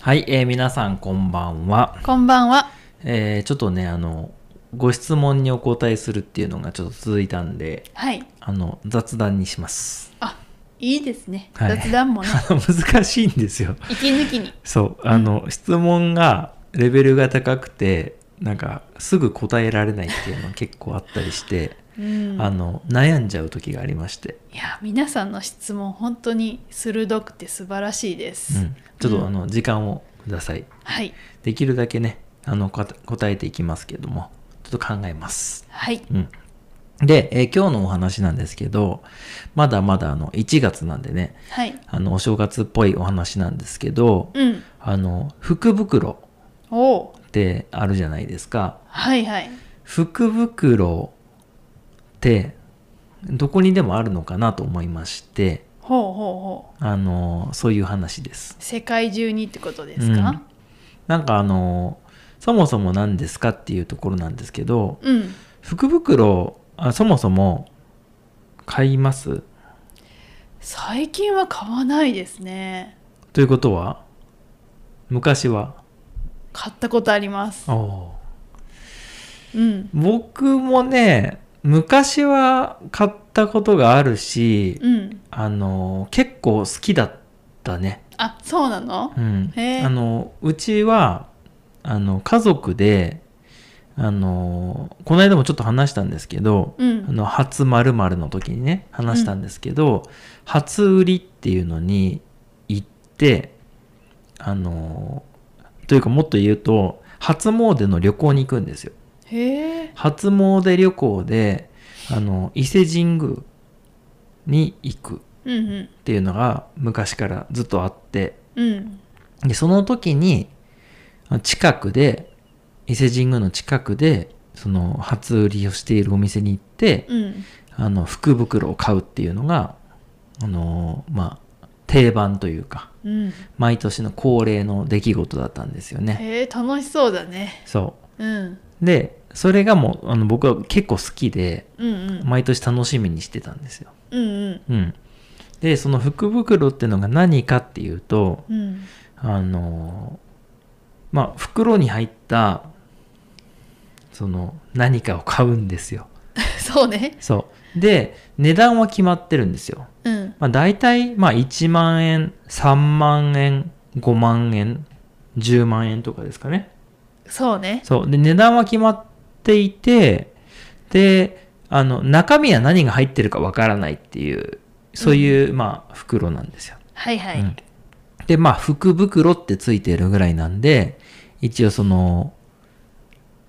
はい、えー皆さんこんばんは、こんばんは。えーちょっとねあのご質問にお答えするっていうのがちょっと続いたんではい。あの雑談にしますあ、いいですね。はい雑 談もね、あの難しいんですよ息抜きに。そうあの、質問がレベルが高くてなんかすぐ答えられないっていうのが結構あったりして、うん。あの悩んじゃう時がありまして、いや、皆さんの質問本当に鋭くて素晴らしいでうす。ん、ちょっと、うんあの時間をくださいはい。できるだけねあのこた答えていきますけどもちょっと考えますはい。うん。で、えー今日のお話なんですけど、まだまだあの1月なんでね、はい。あのお正月っぽいお話なんですけど、うん。あの福袋おお。ってあるじゃないですか。はいはい。福袋ってどこにでもあるのかなと思いまして、ほうほうほあのそういう話ですう。。世界中にってことですか。なんかあのそもそも何ですかっていうところなんですけど、うん。福袋あそもそも買います最近は買わないですね。ということは昔は買ったことあります。うん。僕もね昔は買ったことがあるし、うん。あの結構好きだったね、あ、そうなのう。ん、へーあのうちはあの家族であのこの間もちょっと話したんですけど、うんあの初〇〇の時にね話したんですけど、初売りっていうのに行ってあのというかもっと言うと初詣の旅行に行くんですよへえ。初詣旅行であの伊勢神宮に行くっうんうん。ていうのが昔からずっとあってうん。でその時に近くで伊勢神宮の近くでその初売りをしているお店に行って、うん。あの福袋を買うっていうのが、あのーまあ、定番というかうん。毎年の恒例の出来事だったんですよね。へえ、楽しそうだね。そうん。うでそれがもうあの僕は結構好きでうんうん。毎年楽しみにしてたんですよ。うんうん、でその福袋っていうのが何かっていうと、うんうん あのーまあ袋に入ったその何かを買うんですよ。そうねそうで値段は決まってるんですよ。うんまあ、大体、まあ、1万円、3万円、5万円、10万円とかですかね。そうねそう。で、値段は決まっていて、で、あの、中身は何が入ってるかわからないっていう、そういう、まあ、袋なんですよ。はいはい、うんで、まあ、福袋ってついてるぐらいなんで、一応その、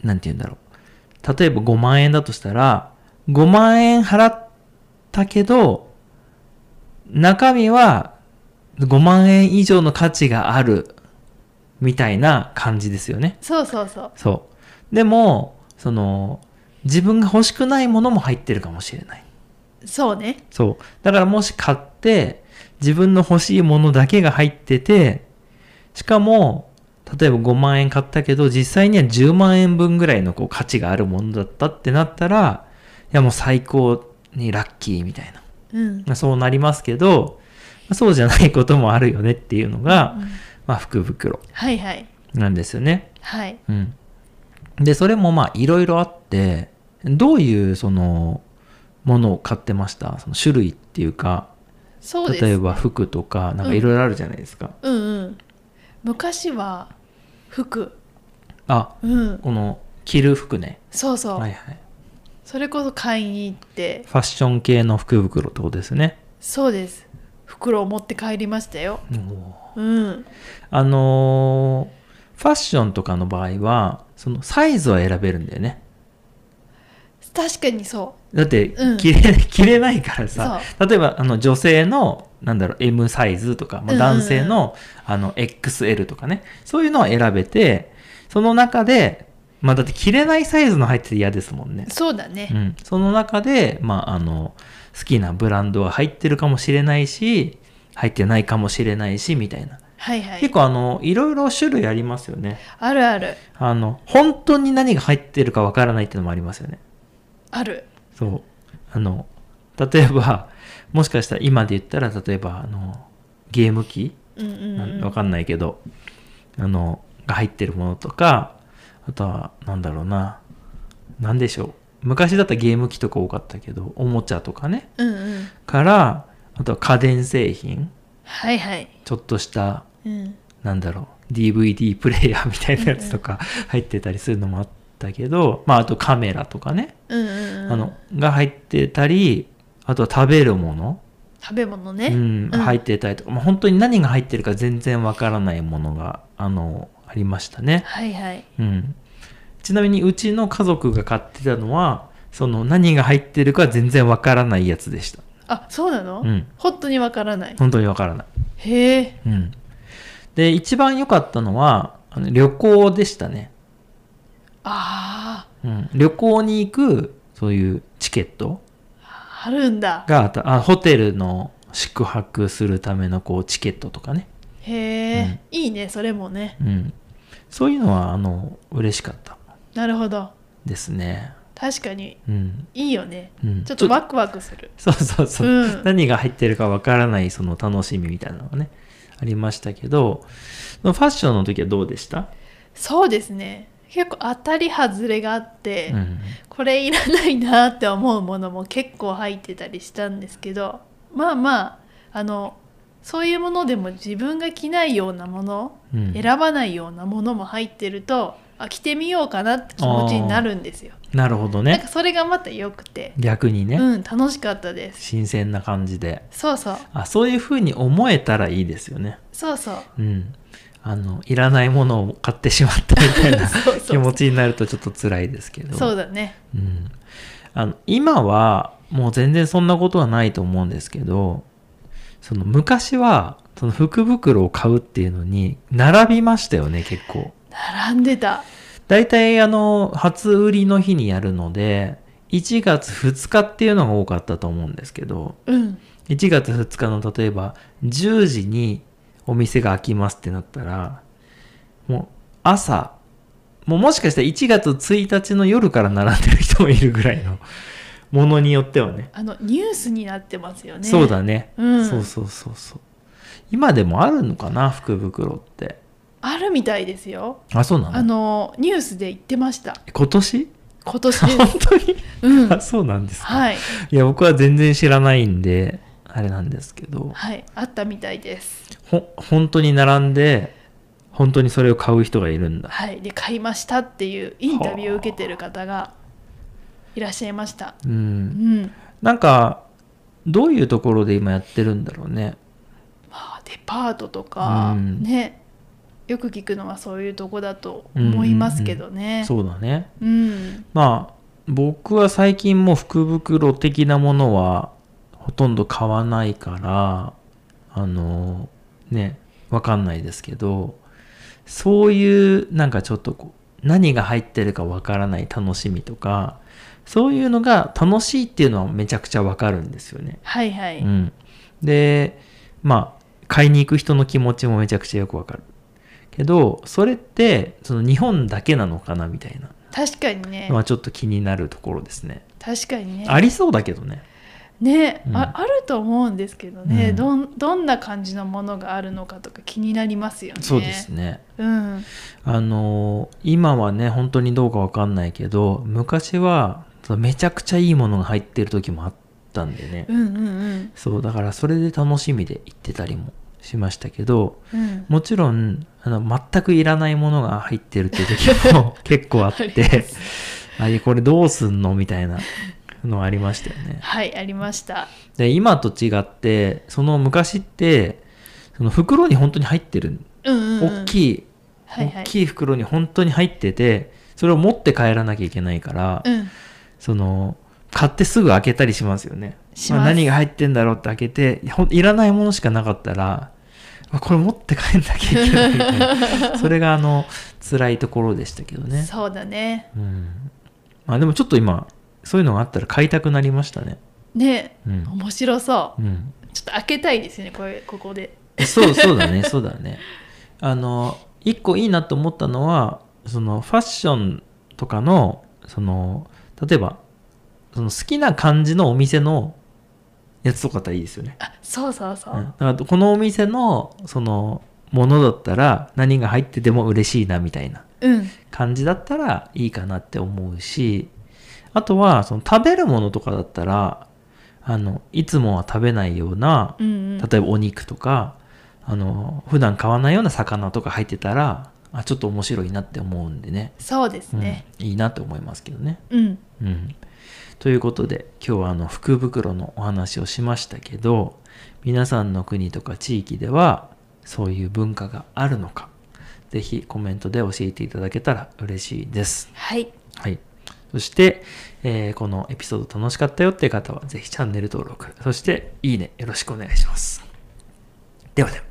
なんて言うんだろう。例えば5万円だとしたら、5万円払ったけど、中身は5万円以上の価値がある、みたいな感じですよね。そうそうそうそう。でも、その、自分が欲しくないものも入ってるかもしれない。そうねそう。だからもし買って、自分の欲しいものだけが入ってて、しかも、例えば5万円買ったけど、実際には10万円分ぐらいのこう価値があるものだったってなったら、いやもう最高にラッキーみたいな。うんまあそうなりますけど、まあそうじゃないこともあるよねっていうのが、まあ福袋はいはいなんですよね。はいうん。で、それもまあいろいろあって、どういうその、ものを買ってましたその種類っていうか、そうです例えば服とかなんかいろいろあるじゃないですか、うんうん昔は服あうんこの着る服ねそうそう、はいはいそれこそ買いに行ってファッション系の福袋ってことですねそうです袋を持って帰りましたようんあのーファッションとかの場合はそのサイズは選べるんだよね確かにそだってうん着れ,、 着れないからさ例えばあの女性のなんだろう M サイズとか、まあ、うんうんうん男性の,、あの XL とかねそういうのを選べてその中でまあだって着れないサイズの入ってて嫌ですもんねうそうだね、うん、その中で、まあ、あの好きなブランドは入ってるかもしれないし入ってないかもしれないしみたいな、はいは結い構あのいろいろ種類ありますよねあるあるあの本当に何が入ってるかわからないっていうのもありますよねあるそうあの例えばもしかしたら今で言ったら例えばあのゲーム機うんうん、なんうん、わかんないけど、あの、が入ってるものとか、あとは、なんだろうな、なんでしょう。昔だったらゲーム機とか多かったけど、おもちゃとかね、うんうんから、あとは家電製品、はいはいちょっとした、うんなんだろう、DVD プレイヤーみたいなやつとか入ってたりするのもあったけど、まあ、あとカメラとかね、うんうんうんあの、が入ってたり、あとは食べるもの、食べ物ねうん、入ってたりとか、まあ、本当に何が入ってるか全然わからないものが、あの、ありましたね。はいはいうん、ちなみにうちの家族が買ってたのはその何が入ってるか全然わからないやつでしたあそうなの、うん本当にわからない本当にわからない、へえうん、で一番良かったのはあの旅行でしたね、あうん、旅行に行くそういうチケットああるんだがあったあホテルの宿泊するためのこうチケットとかね、へえ、いいねそれもねうん、そういうのはあの嬉しかったなるほどですね確かにうんいいよね、うんちょっとワクワクするそうそうそう。うん何が入ってるかわからないその楽しみみたいなのがね、ありましたけど、ファッションの時はどうでしたそうですね結構当たり外れがあって、うん。これいらないなって思うものも結構入ってたりしたんですけどまあまああのそういうものでも自分が着ないようなもの、うん選ばないようなものも入ってるとあ着てみようかなって気持ちになるんですよ。なるほどなんかね。それがまた良くて、逆にね、うん楽しかったです。新鮮な感じで。そうそうあ、そういう風に思えたらいいですよね。そうそううん。あの、いらないものを買ってしまったみたいな そうそう気持ちになるとちょっと辛いですけど。そうだね。うん、あの今はもう全然そんなことはないと思うんですけどその昔はその福袋を買うっていうのに並びましたよね結構並んでた。大体あの初売りの日にやるので1月2日っていうのが多かったと思うんですけどうん1月2日の例えば10時にお店が開きますってなったらもう朝もうもしかしたら1月1日の夜から並んでる人もいるぐらいの ものによってはねあのニュースになってますよね。そうだね、うんそうそうそうそう今でもあるのかな福袋ってあるみたいですよ。あそうなのあのニュースで言ってました。今年今年 で本 す。当に、うんあそうなんですか、はいいや僕は全然知らないんであれなんですけどはいあったみたいです。ほ本当に並んで本当にそれを買う人がいるんだはいで買いましたっていうインタビューを受けてる方がいらっしゃいました。う、うんん。なんかどういうところで今やってるんだろうねまあデパートとか、うんねよく聞くのはそういうとこだと思いますけどね。そうだねうんまあ僕は最近もう福袋的なものはほとんど買わないからあのねわかんないですけどそういうなんかちょっとこう何が入ってるかわからない楽しみとかそういうのが楽しいっていうのはめちゃくちゃわかるんですよねはいはい。うん、でまあ買いに行く人の気持ちもめちゃくちゃよくわかるけどそれってその日本だけなのかなみたいな確かにねの。はちょっと気になるところですね確かにね。ありそうだけどねね、あうあると思うんですけどね、うんどんどんな感じのものがあるのかとか気になりますよね。そうですねうん、あの今はね本当にどうかわかんないけど昔はそのめちゃくちゃいいものが入ってる時もあったんでね、うんうんうんそうだからそれで楽しみで行ってたりもしましたけどうんもちろんあの全くいらないものが入ってるっていう時 も結構あっありまてあれこれどうすんのみたいなのありましたよね。はいありましたで今と違ってその昔ってその袋に本当に入ってる、うんうん、うん、大い、きい、はいは大い、きい袋に本当に入っててそれを持って帰らなきゃいけないから、うん、その買ってすぐ開けたりしますよね。しますあ何が入ってんだろうって開けてほんいらないものしかなかったらあこれ持って帰んなきゃいけないみたい なそれがあの辛いところでしたけどね。そうだねうんまあ、でもちょっと今そういうのがあったら買いたくなりましたね。ね、うん面白そうん、うちょっと開けたいですねこれここでそうそうだねそうだね。あの一個いいなと思ったのはそのファッションとかのその例えばその好きな感じのお店のやつとかだったらいいですよね。あそうそうそう、うんだからこのお店のそのものだったら何が入ってても嬉しいなみたいなうん感じだったらいいかなって思うし、あとはその食べるものとかだったら、あの、いつもは食べないような、うんうん例えばお肉とか、あの、普段買わないような魚とか入ってたら、あ、ちょっと面白いなって思うんでね。そうですうんねいいなって思いますけどね。うんうん。ということで、今日はあの、福袋のお話をしましたけど、皆さんの国とか地域では、そういう文化があるのか、ぜひコメントで教えていただけたら嬉しいです。はいはい。そして、えーこのエピソード楽しかったよって方は、ぜひチャンネル登録、そして、いいね、よろしくお願いします。ではでは。